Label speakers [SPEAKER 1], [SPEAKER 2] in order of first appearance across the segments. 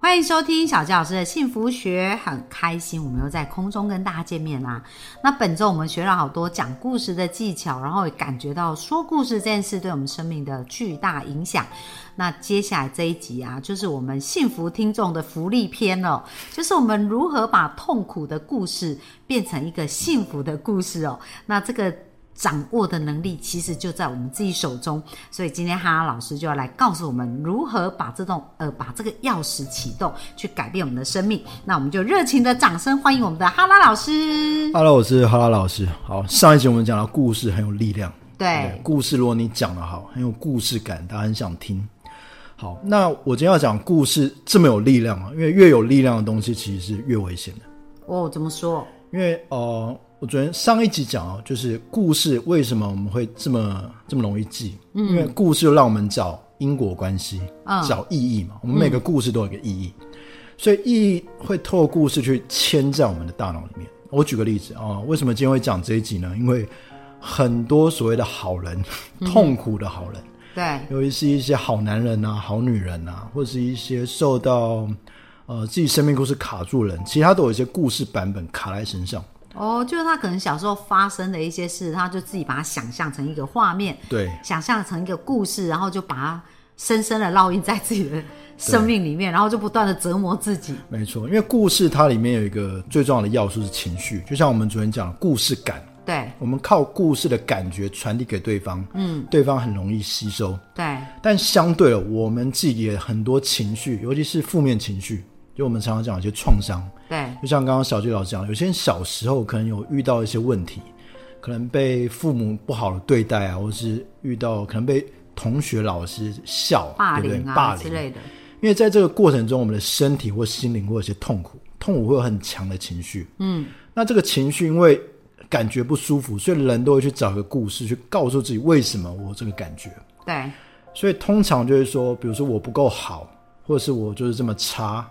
[SPEAKER 1] 欢迎收听小纪老师的幸福学，很开心我们又在空中跟大家见面啦、那本周我们学了好多讲故事的技巧，然后也感觉到说故事这件事对我们生命的巨大影响。那接下来这一集啊，就是我们幸福听众的福利篇哦，就是我们如何把痛苦的故事变成一个幸福的故事哦。那这个。掌握的能力其实就在我们自己手中，所以今天哈哈老师就要来告诉我们如何把这种呃把这个钥匙启动，去改变我们的生命。那我们就热情的掌声欢迎我们的哈拉老师。
[SPEAKER 2] Hello，我是哈拉老师。好，上一集我们讲到故事很有力量，
[SPEAKER 1] 对，
[SPEAKER 2] 故事如果你讲得好，很有故事感，大家很想听。好，那我今天要讲故事这么有力量啊，因为越有力量的东西其实是越危险的。
[SPEAKER 1] 哦，怎么说？
[SPEAKER 2] 因为呃，我昨天上一集讲哦，就是故事为什么我们会这么这么容易记？因为故事就让我们找因果关系，
[SPEAKER 1] 嗯
[SPEAKER 2] 找意义嘛。我们每个故事都有一个意义，所以意义会透过故事去嵌在我们的大脑里面。我举个例子啊、为什么今天会讲这一集呢？因为很多所谓的好人，痛苦的好人，
[SPEAKER 1] 对，
[SPEAKER 2] 尤其是一些好男人啊、好女人啊，或是一些受到呃自己生命故事卡住的人，其实他都有一些故事版本卡在身上。
[SPEAKER 1] 哦，就是他可能小时候发生的一些事，他就自己把它想象成一个画面，
[SPEAKER 2] 对
[SPEAKER 1] 想象成一个故事，然后就把它深深的烙印在自己的生命里面，然后就不断的折磨自己。
[SPEAKER 2] 没错，因为故事它里面有一个最重要的要素是情绪，就像我们昨天讲的故事感，
[SPEAKER 1] 对
[SPEAKER 2] 我们靠故事的感觉传递给对方，嗯，对方很容易吸收。
[SPEAKER 1] 对，
[SPEAKER 2] 但相对的，我们自己也很多情绪，尤其是负面情绪，就我们常常讲一些创伤，
[SPEAKER 1] 对，
[SPEAKER 2] 就像刚刚小季老师讲，有些人小时候可能有遇到一些问题，可能被父母不好的对待啊，或是遇到可能被同学、老师笑，
[SPEAKER 1] 霸
[SPEAKER 2] 对不
[SPEAKER 1] 凌
[SPEAKER 2] 对？
[SPEAKER 1] 啊
[SPEAKER 2] 霸
[SPEAKER 1] 之
[SPEAKER 2] 凌
[SPEAKER 1] 类的。
[SPEAKER 2] 因为在这个过程中，我们的身体或心灵会有一些痛苦，痛苦会有很强的情绪。嗯，那这个情绪因为感觉不舒服，所以人都会去找一个故事去告诉自己为什么我有这个感觉。
[SPEAKER 1] 对，
[SPEAKER 2] 所以通常就是说，比如说我不够好，或者是我就是这么差，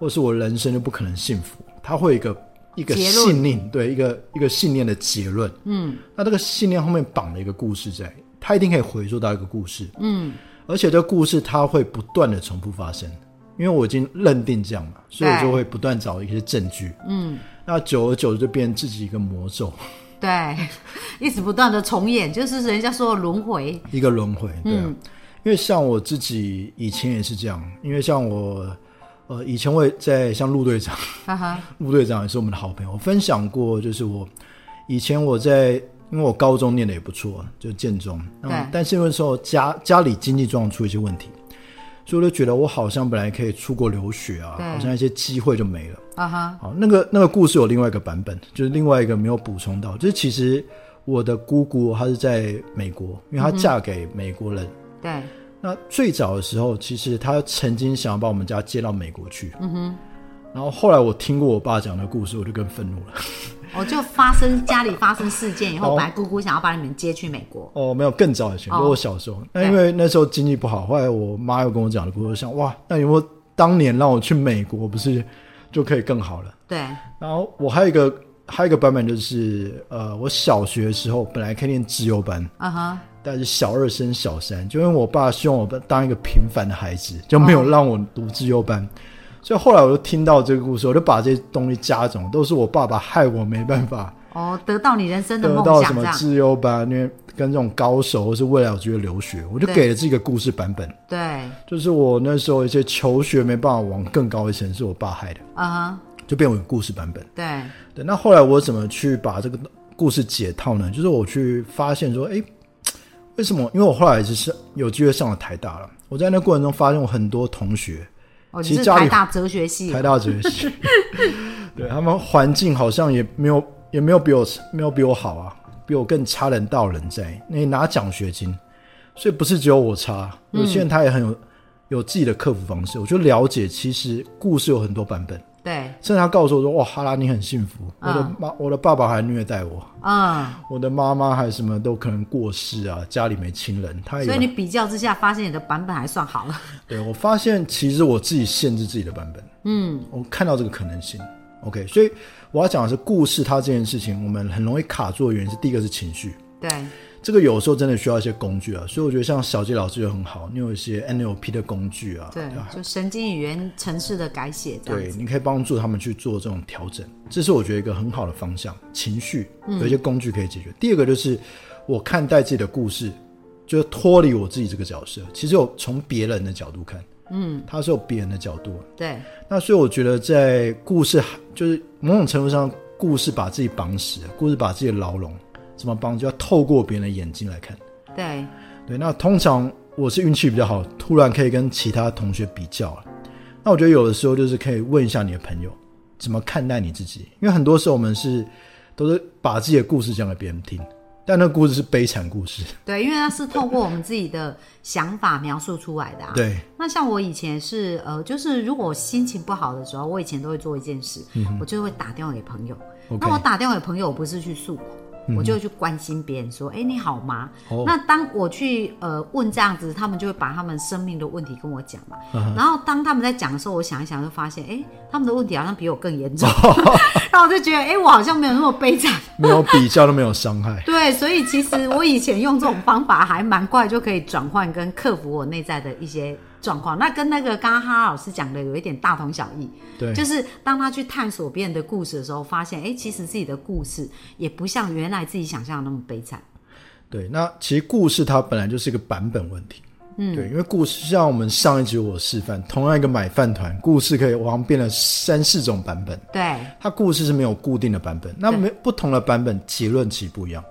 [SPEAKER 2] 或者是我人生就不可能幸福，它会有一个一个
[SPEAKER 1] 结论
[SPEAKER 2] 信念，对一个一个信念的结论。嗯，那这个信念后面绑了一个故事在，它一定可以回溯到一个故事。嗯，而且这个故事它会不断的重复发生，因为我已经认定这样嘛，所以我
[SPEAKER 1] 对
[SPEAKER 2] 就会不断找一些证据。嗯，那久而久之就变成自己一个魔咒。
[SPEAKER 1] 对， 一直不断的重演，就是人家说的轮回。
[SPEAKER 2] 一个轮
[SPEAKER 1] 嗯
[SPEAKER 2] 回，对、啊因为像我自己以前也是这样，因为像我，呃，以前我也在像陆队长，
[SPEAKER 1] 哈哈，
[SPEAKER 2] 陆队长也是我们的好朋友，我分享过，就是我以前我在，因为我高中念的也不错，就建中，
[SPEAKER 1] 对
[SPEAKER 2] 嗯，但是那时候家家里经济状况出一些问题，所以我就觉得我好像本来可以出国留学啊，
[SPEAKER 1] 对
[SPEAKER 2] 好像一些机会就没了。
[SPEAKER 1] 啊哈，
[SPEAKER 2] 好，那个那个故事有另外一个版本，就是另外一个没有补充到，就是其实我的姑姑她是在美国，因为她嫁给美国人。
[SPEAKER 1] 对，
[SPEAKER 2] 那最早的时候，其实她曾经想要把我们家接到美国去。嗯哼。然后后来我听过我爸讲的故事，我就更愤怒了。
[SPEAKER 1] 我哦就发生家里发生事件以后，
[SPEAKER 2] 哦
[SPEAKER 1] 本来姑姑想要把你们接去美国。
[SPEAKER 2] 哦，没有，更早以前，
[SPEAKER 1] 哦
[SPEAKER 2] 就我小时候。那因为那时候经济不好，后来我妈又跟我讲的故事，我想哇，那如果当年让我去美国，不是就可以更好了？
[SPEAKER 1] 对，
[SPEAKER 2] 然后我还有一个还有一个版本就是，呃，我小学的时候本来可以念自由班，
[SPEAKER 1] 啊哈，
[SPEAKER 2] 但是小二升小三，就因为我爸希望我当一个平凡的孩子，就没有让我读自由班。所以后来我就听到这个故事，我就把这些东西加总，都是我爸爸害我没办法
[SPEAKER 1] 哦，得到你人生的
[SPEAKER 2] 得
[SPEAKER 1] 梦
[SPEAKER 2] 到什
[SPEAKER 1] 想这
[SPEAKER 2] 么
[SPEAKER 1] 样。
[SPEAKER 2] 自由班，因为跟这种高手或是未来我去留学，我就
[SPEAKER 1] 对
[SPEAKER 2] 给了这个故事版本，
[SPEAKER 1] 对，
[SPEAKER 2] 就是我那时候一些求学没办法往更高一层，是我爸害的，
[SPEAKER 1] 啊哈，
[SPEAKER 2] 就变为故事版本。
[SPEAKER 1] 对，
[SPEAKER 2] 对，那后来我怎么去把这个故事解套呢？就是我去发现说，诶，为什么？因为我后来就是有机会上了台大了。我在那过程中发现，我很多同学，
[SPEAKER 1] 哦，
[SPEAKER 2] 其
[SPEAKER 1] 你
[SPEAKER 2] 实
[SPEAKER 1] 是
[SPEAKER 2] 家里
[SPEAKER 1] 台大哲学系
[SPEAKER 2] 台，大哲学系，对他们环境好像也没有，也没有比我没有比我好啊，比我更差人到人在，那你拿奖学金，所以不是只有我差，有些人他也很有有自己的克服方式。我就了解，其实故事有很多版本，
[SPEAKER 1] 对，
[SPEAKER 2] 甚至他告诉我说：“哇，哈拉，你很幸福，我的妈，我的爸爸还虐待我，
[SPEAKER 1] 嗯，
[SPEAKER 2] 我的妈妈还什么都可能过世啊，家里没亲人。”他
[SPEAKER 1] 所以你
[SPEAKER 2] 也
[SPEAKER 1] 比较之下发现你的版本还算好了，
[SPEAKER 2] 对我发现，其实我自己限制自己的版本，嗯，我看到这个可能性。OK，所以我要讲的是故事，它这件事情我们很容易卡住的原因是，第一个是情绪，
[SPEAKER 1] 对，
[SPEAKER 2] 这个有时候真的需要一些工具啊，所以我觉得像小杰老师就很好，你有一些 NLP 的工具啊，
[SPEAKER 1] 对，就神经语言程式的改写这样
[SPEAKER 2] 对，
[SPEAKER 1] 子，
[SPEAKER 2] 你可以帮助他们去做这种调整，这是我觉得一个很好的方向。情绪有
[SPEAKER 1] 嗯
[SPEAKER 2] 一些工具可以解决。第二个就是我看待自己的故事，就是脱离我自己这个角色，其实有从别人的角度看，嗯，它是有别人的角度。
[SPEAKER 1] 对，
[SPEAKER 2] 那所以我觉得在故事就是某种程度上，故事把自己绑死，故事把自己牢笼，怎么绑？就要透过别人的眼睛来看。
[SPEAKER 1] 对，
[SPEAKER 2] 对，那通常我是运气比较好，突然可以跟其他同学比较了。啊那我觉得有的时候就是可以问一下你的朋友怎么看待你自己，因为很多时候我们是都是把自己的故事讲给别人听，但那故事是悲惨故事。
[SPEAKER 1] 对，因为它是透过我们自己的想法描述出来的啊。
[SPEAKER 2] 对，
[SPEAKER 1] 那像我以前是呃，就是如果我心情不好的时候，我以前都会做一件事，我就会打电话给朋友。
[SPEAKER 2] 嗯 OK 嗯
[SPEAKER 1] 那我打电话给朋友，我不是去诉苦，我就会去关心别人，说：“哎、你好吗？”
[SPEAKER 2] 哦
[SPEAKER 1] 那当我去呃问这样子，他们就会把他们生命的问题跟我讲嘛。
[SPEAKER 2] 嗯
[SPEAKER 1] 然后当他们在讲的时候，我想一想就发现，哎、他们的问题好像比我更严 重，然后我就觉得，哎、我好像没有那么悲惨。
[SPEAKER 2] 没有比较都没有 伤害。
[SPEAKER 1] 对，所以其实我以前用这种方法还蛮快就可以转换跟克服我内在的一些状况。那跟那个刚刚哈哈老师讲的有一点大同小异，
[SPEAKER 2] 对，
[SPEAKER 1] 就是当他去探索别人的故事的时候，发现哎，诶其实自己的故事也不像原来自己想象的那么悲惨。
[SPEAKER 2] 对，那其实故事它本来就是一个版本问题。嗯，对，因为故事像我们上一集我示范，同样一个买饭团，故事可以往往变了三四种版本。
[SPEAKER 1] 对
[SPEAKER 2] 它故事是没有固定的版本，那没不同的版本结论其实不一样。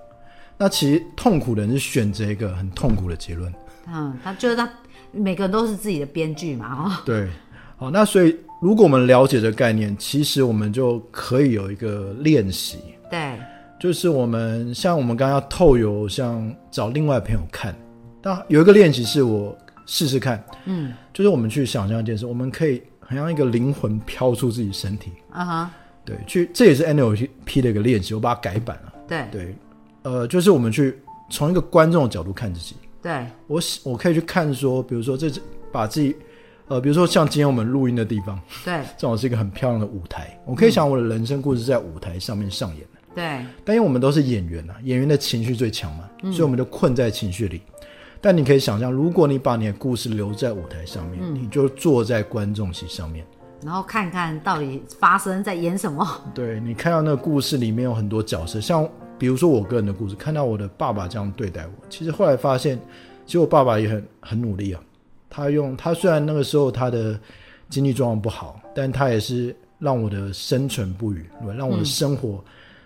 [SPEAKER 2] 那其实痛苦的人是选择一个很痛苦的结论，
[SPEAKER 1] 嗯，他就是他每个人都是自己的编剧嘛，哦，
[SPEAKER 2] 对。好，那所以如果我们了解这个概念，其实我们就可以有一个练习，
[SPEAKER 1] 对
[SPEAKER 2] 就是我们像我们刚刚要透油，像找另外朋友看。但有一个练习是我试试看，嗯，就是我们去想象一件事，我们可以很像一个灵魂飘出自己身体，
[SPEAKER 1] 啊哈，
[SPEAKER 2] 对，去这也是 NLP 的一个练习，我把它改版了。
[SPEAKER 1] 对
[SPEAKER 2] 对，呃，就是我们去从一个观众的角度看自己，
[SPEAKER 1] 对
[SPEAKER 2] 我喜我可以去看说，比如说这是把自己，呃，比如说像今天我们录音的地方，
[SPEAKER 1] 对
[SPEAKER 2] 正好是一个很漂亮的舞台，我可以想我的人生故事是在舞台上面上演的。
[SPEAKER 1] 对
[SPEAKER 2] 但因为我们都是演员啊，演员的情绪最强嘛，所以我们就困在情绪里。但你可以想象，如果你把你的故事留在舞台上面，你就坐在观众席上面，
[SPEAKER 1] 然后看看到底发生在演什么。
[SPEAKER 2] 对你看到那个故事里面有很多角色，像比如说我个人的故事，看到我的爸爸这样对待我，其实后来发现，其实我爸爸也很很努力啊。他用 他虽然那个时候他的经济状况不好，但他也是让我的生存不渝，对吧让我的生活、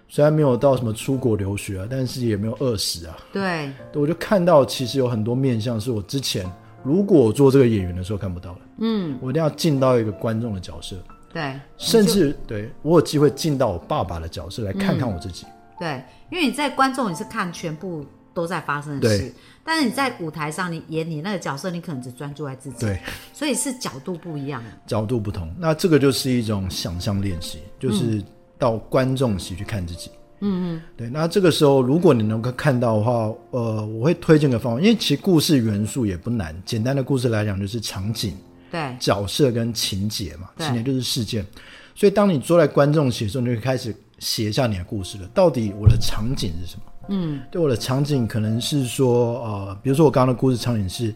[SPEAKER 2] 虽然没有到什么出国留学啊，但是也没有饿死啊。
[SPEAKER 1] 对
[SPEAKER 2] 对我就看到其实有很多面向是我之前如果我做这个演员的时候看不到的。嗯，我一定要进到一个观众的角色。
[SPEAKER 1] 对，
[SPEAKER 2] 甚至对我有机会进到我爸爸的角色来看看我自己。
[SPEAKER 1] 对，因为你在观众你是看全部都在发生的
[SPEAKER 2] 对
[SPEAKER 1] 事，但是你在舞台上你演你那个角色，你可能只专注在自己，
[SPEAKER 2] 对，
[SPEAKER 1] 所以是角度不一样。
[SPEAKER 2] 角度不同，那这个就是一种想象练习，就是到观众席去看自己。嗯嗯，对。那这个时候，如果你能够看到的话，呃，我会推荐个方法，因为其实故事元素也不难，简单的故事来讲就是场景、
[SPEAKER 1] 对
[SPEAKER 2] 角色跟情节嘛，
[SPEAKER 1] 对
[SPEAKER 2] 情节就是事件。所以当你坐在观众席的时候，你就开始写下你的故事了。到底我的场景是什么？嗯，对，我的场景可能是说，呃，比如说我刚刚的故事场景是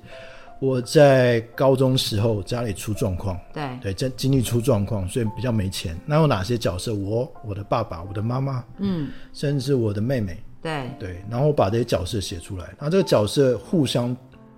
[SPEAKER 2] 我在高中时候家里出状况，
[SPEAKER 1] 对
[SPEAKER 2] 对，经经历出状况，所以比较没钱。那有哪些角色？我、我的爸爸、我的妈妈，嗯，甚至我的妹妹，
[SPEAKER 1] 对
[SPEAKER 2] 对，然后我把这些角色写出来。那这个角色互相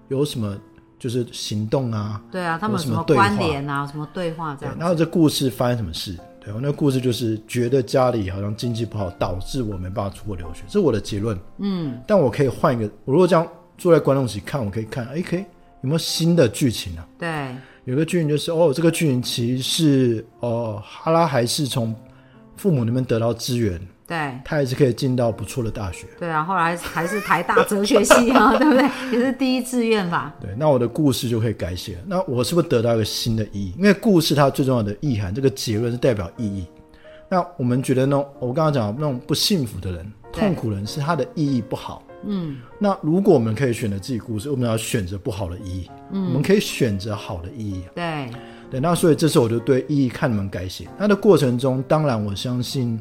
[SPEAKER 2] 有什么？就是行动啊，
[SPEAKER 1] 对啊，他们有
[SPEAKER 2] 有什
[SPEAKER 1] 什
[SPEAKER 2] 么
[SPEAKER 1] 么
[SPEAKER 2] 对话
[SPEAKER 1] 关联啊，什么对话这
[SPEAKER 2] 对
[SPEAKER 1] 样，。
[SPEAKER 2] 然后这故事发生什么事？对，我那个故事就是觉得家里好像经济不好，导致我没办法出国留学，这是我的结论。嗯，但我可以换一个，我如果这样坐在观众席看，我可以看，哎，可以有没有新的剧情啊？
[SPEAKER 1] 对
[SPEAKER 2] 有个剧情就是，哦，这个呃剧情其实是哦，哈拉还是从父母那边得到资源，
[SPEAKER 1] 对
[SPEAKER 2] 他也是可以进到不错的大学。
[SPEAKER 1] 对啊，后来还是台大哲学系 啊，对不对？也是第一志愿吧？
[SPEAKER 2] 对，那我的故事就可以改写了。那我是不是得到一个新的意义？因为故事它最重要的意涵，这个结论是代表意义。那我们觉得呢？我刚刚讲那种不幸福的人、
[SPEAKER 1] 对
[SPEAKER 2] 痛苦人，是他的意义不好。嗯，那如果我们可以选择自己故事，我们要选择不好的意义。嗯，我们可以选择好的意义。
[SPEAKER 1] 对
[SPEAKER 2] 对，那所以这时候我就对意义看门改写。那的过程中，当然我相信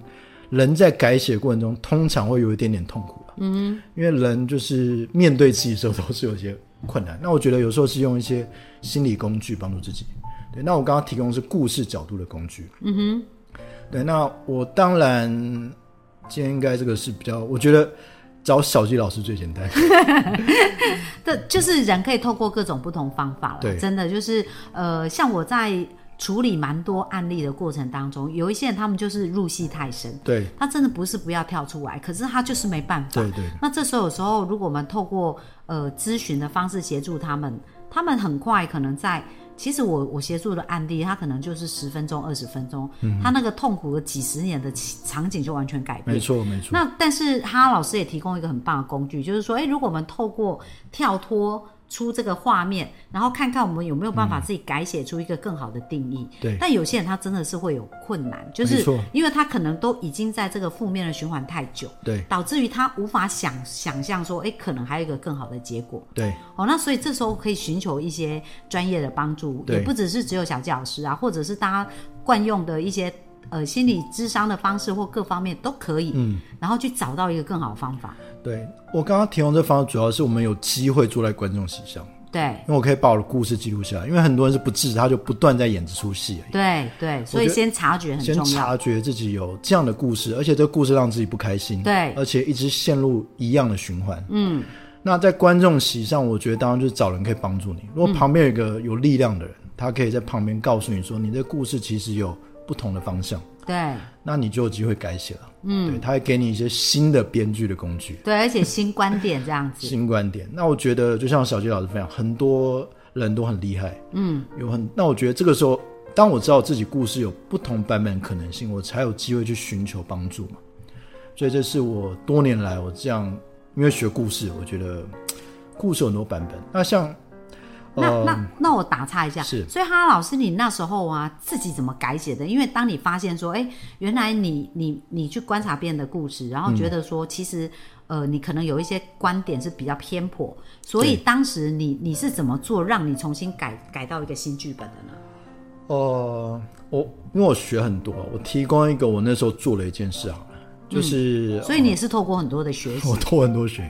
[SPEAKER 2] 人在改写过程中，通常会有一点点痛苦嗯，因为人就是面对自己的时候都是有一些困难。那我觉得有时候是用一些心理工具帮助自己。对，那我刚刚提供的是故事角度的工具。嗯哼，对，那我当然今天应该这个是比较，我觉得找小鸡老师最简单。
[SPEAKER 1] 这就是人可以透过各种不同方法了
[SPEAKER 2] 对，
[SPEAKER 1] 真的就是呃，像我在处理蛮多案例的过程当中，有一些人他们就是入戏太深，
[SPEAKER 2] 对，
[SPEAKER 1] 他真的不是不要跳出来，可是他就是没办法。
[SPEAKER 2] 对对
[SPEAKER 1] 那这时候有时候，如果我们透过呃咨询的方式协助他们，他们很快可能在。其实我我协助的案例，他可能就是十分钟、二十分钟，他那个痛苦的几十年的情场景就完全改变
[SPEAKER 2] 没。错没错。
[SPEAKER 1] 那但是哈老师也提供一个很棒的工具，就是说，哎、如果我们透过跳脱出这个画面，然后看看我们有没有办法自己改写出一个更好的定义。
[SPEAKER 2] 对
[SPEAKER 1] 但有些人他真的是会有困难，就
[SPEAKER 2] 没
[SPEAKER 1] 是
[SPEAKER 2] 错
[SPEAKER 1] 因为他可能都已经在这个负面的循环太久，
[SPEAKER 2] 对
[SPEAKER 1] 导致于他无法想想象说，哎、可能还有一个更好的结果。
[SPEAKER 2] 对
[SPEAKER 1] 哦，那所以这时候可以寻求一些专业的帮助，
[SPEAKER 2] 对
[SPEAKER 1] 也不只是只有小纪老师啊，或者是大家惯用的一些呃心理智商的方式或各方面都可以，嗯，然后去找到一个更好的方法，
[SPEAKER 2] 对，我刚刚提供这方法，主要是我们有机会坐在观众席上。
[SPEAKER 1] 对
[SPEAKER 2] 因为我可以把我的故事记录下来，因为很多人是不自知，他就不断在演这出戏而已。
[SPEAKER 1] 对对，所以
[SPEAKER 2] 觉得
[SPEAKER 1] 先察觉很
[SPEAKER 2] 先
[SPEAKER 1] 重要，
[SPEAKER 2] 察觉自己有这样的故事，而且这个故事让自己不开心，
[SPEAKER 1] 对
[SPEAKER 2] 而且一直陷入一样的循环。嗯，那在观众席上，我觉得当然就是找人可以帮助
[SPEAKER 1] 嗯
[SPEAKER 2] 你。如果旁边有一个有力量的人，他可以在旁边告诉你说，你的故事其实有不同的方向，
[SPEAKER 1] 对
[SPEAKER 2] 那你就有机会改写了。嗯，对，他会给你一些新的编剧的工具。
[SPEAKER 1] 对，而且新观点这样子，
[SPEAKER 2] 新观点。那我觉得，就像小杰老师分享，很多人都很厉害，嗯，有很。那我觉得这个时候，当我知道自己故事有不同版本的可能性，我才有机会去寻求帮助嘛。所以这是我多年来我这样，因为学故事，我觉得嘖故事有很多版本。那像
[SPEAKER 1] 那那那我打岔一下，
[SPEAKER 2] 嗯是
[SPEAKER 1] 所以哈老师，你那时候啊，自己怎么改写的？因为当你发现说，哎、原来你你你去观察别人的故事，然后
[SPEAKER 2] 嗯
[SPEAKER 1] 觉得说，其实呃，你可能有一些观点是比较偏颇，所以
[SPEAKER 2] 对
[SPEAKER 1] 当时你你是怎么做，让你重新改改到一个新剧本的呢？
[SPEAKER 2] 呃，我因为我学很多，我提供一个我那时候做了一件事好了，就是、
[SPEAKER 1] 所以你也是透过很多的学习
[SPEAKER 2] 我，偷很多学，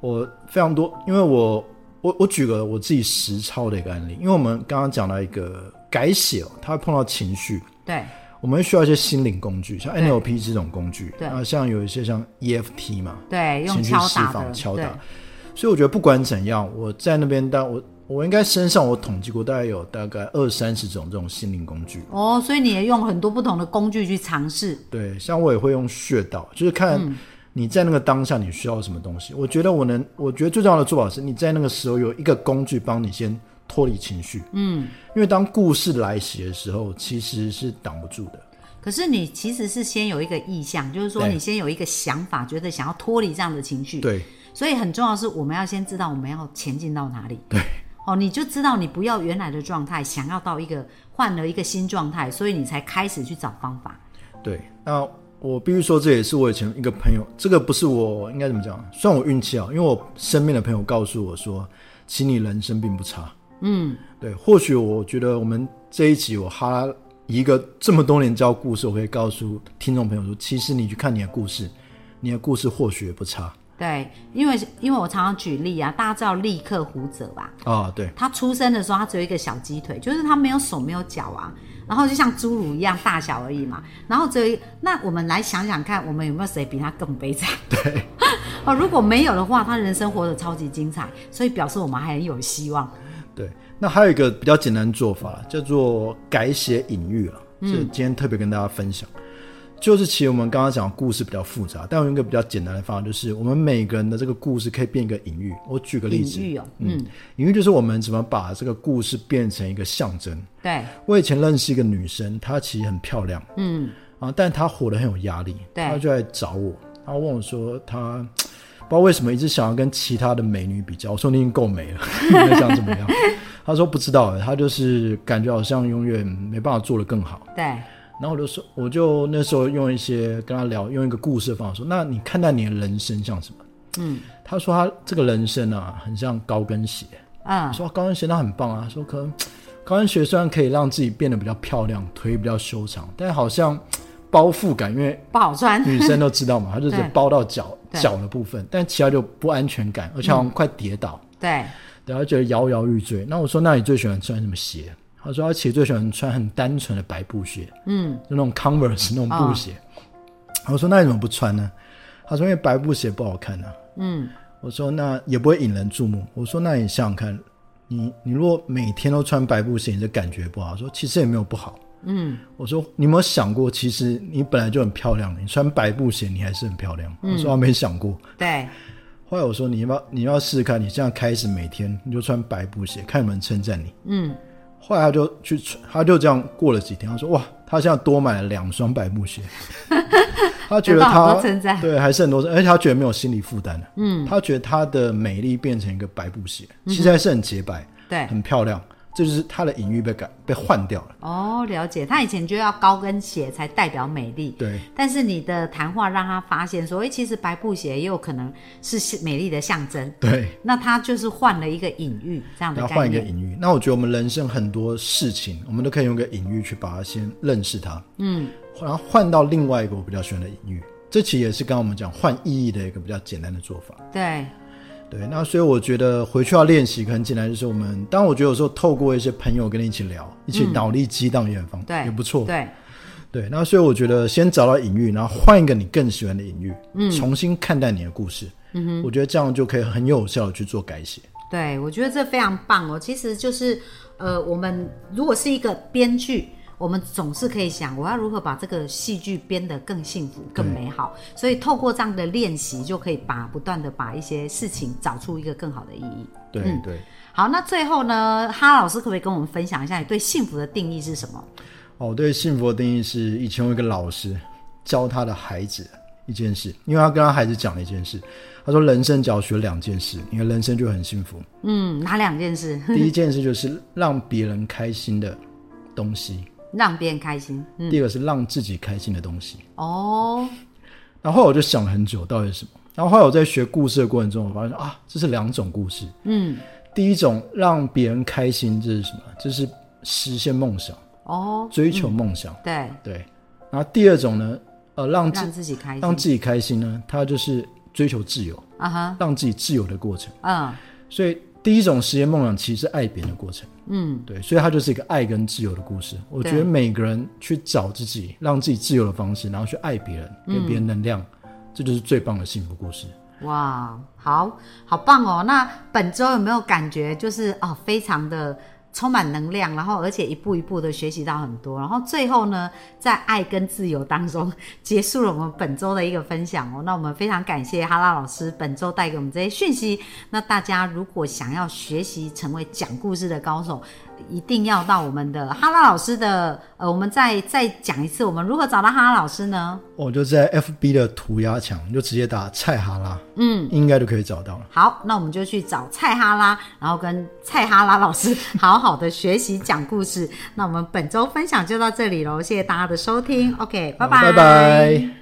[SPEAKER 2] 我非常多，因为我我我举个我自己实操的一个案例，因为我们刚刚讲到一个改写、哦，它会碰到情绪，
[SPEAKER 1] 对
[SPEAKER 2] 我们会需要一些心灵工具，像
[SPEAKER 1] 对
[SPEAKER 2] NLP 这种工具，
[SPEAKER 1] 对
[SPEAKER 2] 啊，像有一些像 EFT 嘛，
[SPEAKER 1] 对，用
[SPEAKER 2] 情绪
[SPEAKER 1] 敲
[SPEAKER 2] 释
[SPEAKER 1] 打
[SPEAKER 2] 放
[SPEAKER 1] 的，
[SPEAKER 2] 敲
[SPEAKER 1] 对
[SPEAKER 2] 打，所以我觉得不管怎样，我在那边但我我应该身上我统计过大概有大概二三十种这种心灵工具。
[SPEAKER 1] 哦，所以你也用很多不同的工具去尝试，
[SPEAKER 2] 对，像我也会用穴道，就是看你在那个当下你需要什么东西。我觉得我能，我觉得最重要的做法是你在那个时候有一个工具帮你先脱离情绪。嗯，因为当故事来袭的时候，其实是挡不住的。
[SPEAKER 1] 可是你其实是先有一个意向，就是说
[SPEAKER 2] 对
[SPEAKER 1] 你先有一个想法，觉得想要脱离这样的情绪。，
[SPEAKER 2] 对
[SPEAKER 1] 所以很重要的是我们要先知道我们要前进到哪里。对，哦，你就知道你不要原来的状态，想要到一个换了一个新状态，所以你才开始去找方法。
[SPEAKER 2] 对，那我必须说，这也是我以前一个朋友，这个不是我应该怎么讲，算我运气啊好，因为我身边的朋友告诉我说，其实你人生并不差。嗯，对，或许我觉得我们这一集我哈一个这么多年教故事，我可以告诉听众朋友说，其实你去看你的故事，你的故事或许也不差
[SPEAKER 1] 对，因为因为我常常举例啊，大家知道立刻胡哲吧？
[SPEAKER 2] 啊。对，
[SPEAKER 1] 他出生的时候，他只有一个小鸡腿，就是他没有手没有脚啊，然后就像侏儒一样大小而已嘛。然后只有一那我们来想想看，我们有没有谁比他更悲惨？对， 哦，如果没有的话，他人生活得超级精彩，所以表示我们还很有希望。
[SPEAKER 2] 对，那还有一个比较简单的做法，叫做改写隐喻啊，
[SPEAKER 1] 嗯
[SPEAKER 2] 是今天特别跟大家分享。就是其实我们刚刚讲的故事比较复杂，但我用一个比较简单的方法，就是我们每个人的这个故事可以变一个隐喻。我举个例子，
[SPEAKER 1] 隐喻哦，
[SPEAKER 2] 嗯，隐喻就是我们怎么把这个故事变成一个象征。
[SPEAKER 1] 对
[SPEAKER 2] 我以前认识一个女生，她其实很漂亮，嗯，啊，但他活得很有压力，
[SPEAKER 1] 对
[SPEAKER 2] 他就来找我，他问我说他不知道为什么一直想要跟其他的美女比较，我说你已经够美了， 你还想怎么样？他说不知道，他就是感觉好像永远没办法做得更好。
[SPEAKER 1] 对，
[SPEAKER 2] 然后我就说，我就那时候用一些跟他聊，用一个故事的方法说，那你看待你的人生像什么？
[SPEAKER 1] 嗯
[SPEAKER 2] 他说他这个人生啊，很像高跟鞋。我
[SPEAKER 1] 嗯，
[SPEAKER 2] 说哦高跟鞋那很棒啊，说可能高跟鞋虽然可以让自己变得比较漂亮，腿比较修长，但好像包覆感，因为
[SPEAKER 1] 不好穿，
[SPEAKER 2] 女生都知道嘛，她就是
[SPEAKER 1] 对
[SPEAKER 2] 包到脚
[SPEAKER 1] 对嗯
[SPEAKER 2] 脚的部分，但其他就不安全感，而且好像快跌倒，
[SPEAKER 1] 对，
[SPEAKER 2] 然后觉得摇摇欲坠。那我说，那你最喜欢穿什么鞋？他说他其实最喜欢穿很单纯的白布鞋，
[SPEAKER 1] 嗯，哦
[SPEAKER 2] 就那种 Converse 那种布鞋。我说那你怎么不穿呢？他说因为白布鞋不好看啊。
[SPEAKER 1] 嗯，
[SPEAKER 2] 我说那也不会引人注目。我说那你想想看，你你如果每天都穿白布鞋，你的感觉不好。他说其实也没有不好。
[SPEAKER 1] 嗯，
[SPEAKER 2] 我说你有没有想过，其实你本来就很漂亮，你穿白布鞋你还是很漂亮。
[SPEAKER 1] 嗯
[SPEAKER 2] 我说我哦没想过。
[SPEAKER 1] 对，
[SPEAKER 2] 后来我说你要不要你要不要试试看，你现在开始每天你就穿白布鞋，看有没有人称赞你。
[SPEAKER 1] 嗯，
[SPEAKER 2] 后来他就去穿，他就这样过了几天，他说哇，他现在多买了两双白 布鞋，他觉得
[SPEAKER 1] 得到很
[SPEAKER 2] 他
[SPEAKER 1] 多称赞
[SPEAKER 2] 对还是很多，而且他觉得没有心理负担了。嗯，他觉得他的美丽变成一个白布鞋，其实还是很洁白，
[SPEAKER 1] 嗯对，
[SPEAKER 2] 很漂亮，这就是他的隐喻被改被换掉了。
[SPEAKER 1] 哦，了解。他以前就要高跟鞋才代表美丽，
[SPEAKER 2] 对
[SPEAKER 1] 但是你的谈话让他发现说，哎，其实白布鞋也有可能是美丽的象征。
[SPEAKER 2] 对，
[SPEAKER 1] 那他就是换了一个隐喻这样的
[SPEAKER 2] 然后
[SPEAKER 1] 概
[SPEAKER 2] 换一个
[SPEAKER 1] 念，
[SPEAKER 2] 隐喻。那我觉得我们人生很多事情，我们都可以用一个隐喻去把它先认识它，
[SPEAKER 1] 嗯，
[SPEAKER 2] 然后换到另外一个我比较喜欢的隐喻。这其实也是刚刚我们讲换意义的一个比较简单的做法。
[SPEAKER 1] 对，
[SPEAKER 2] 对，那所以我觉得回去要练习，很简单，就是我们，当然我觉得有时候透过一些朋友跟你一起聊，一起脑力激荡也很方，
[SPEAKER 1] 嗯对
[SPEAKER 2] 也不错。
[SPEAKER 1] 对，
[SPEAKER 2] 对，那所以我觉得先找到隐喻，然后换一个你更喜欢的隐喻，嗯，重新看待你的故事，嗯哼，我觉得这样就可以很有效的去做改写。
[SPEAKER 1] 对，我觉得这非常棒哦。其实就是，呃，我们如果是一个编剧，我们总是可以想，我要如何把这个戏剧编得更幸福、更美好。所以透过这样的练习，就可以把不断的把一些事情找出一个更好的意义。
[SPEAKER 2] 对、对。
[SPEAKER 1] 好，那最后呢，哈老师可不可以跟我们分享一下你对幸福的定义是什么？
[SPEAKER 2] 哦，我对幸福的定义是，以前有一个老师教他的孩子一件事，因为他跟他孩子讲了一件事，他说人生只要学两件事，你的人生就会很幸福。
[SPEAKER 1] 嗯，哪两件事
[SPEAKER 2] 第一件事就是让别人开心的东西，
[SPEAKER 1] 让别人开心？嗯，
[SPEAKER 2] 第二个是让自己开心的东西。
[SPEAKER 1] 哦，
[SPEAKER 2] 然后后来我就想了很久，到底是什么？然后后来我在学故事的过程中，我发现啊，这是两种故事。
[SPEAKER 1] 嗯，
[SPEAKER 2] 第一种让别人开心，这是什么？这是实现梦想，
[SPEAKER 1] 哦，
[SPEAKER 2] 追求梦想。
[SPEAKER 1] 对，
[SPEAKER 2] 对。然后第二种呢，呃，让自
[SPEAKER 1] 让自己开
[SPEAKER 2] 让
[SPEAKER 1] 心。
[SPEAKER 2] 自己开心呢，它就是追求自由，
[SPEAKER 1] 啊哈，
[SPEAKER 2] 让自己自由的过程。
[SPEAKER 1] 嗯
[SPEAKER 2] 所以第一种实现梦想，其实是爱别人的过程。
[SPEAKER 1] 嗯，
[SPEAKER 2] 对，所以它就是一个爱跟自由的故事。我觉
[SPEAKER 1] 对
[SPEAKER 2] 得每个人去找自己，让自己自由的方式，然后去爱别人，
[SPEAKER 1] 嗯
[SPEAKER 2] 给别人能量，这就是最棒的幸福故事。
[SPEAKER 1] 哇，好好棒哦！那本周有没有感觉就是哦，非常的充满能量，然后而且一步一步的学习到很多，然后最后呢，在爱跟自由当中结束了我们本周的一个分享哦。那我们非常感谢哈拉老师本周带给我们这些讯息。那大家如果想要学习成为讲故事的高手，一定要到我们的哈拉老师的呃，我们再再讲一次，我们如何找到哈拉老师呢？
[SPEAKER 2] 我就在 FB 的涂鸦墙，你就直接打蔡哈拉，嗯，应该就可以找到了。
[SPEAKER 1] 好，那我们就去找蔡哈拉，然后跟蔡哈拉老师 好好的学习讲故事。那我们本周分享就到这里喽，谢谢大家的收听，OK，拜
[SPEAKER 2] 好拜拜。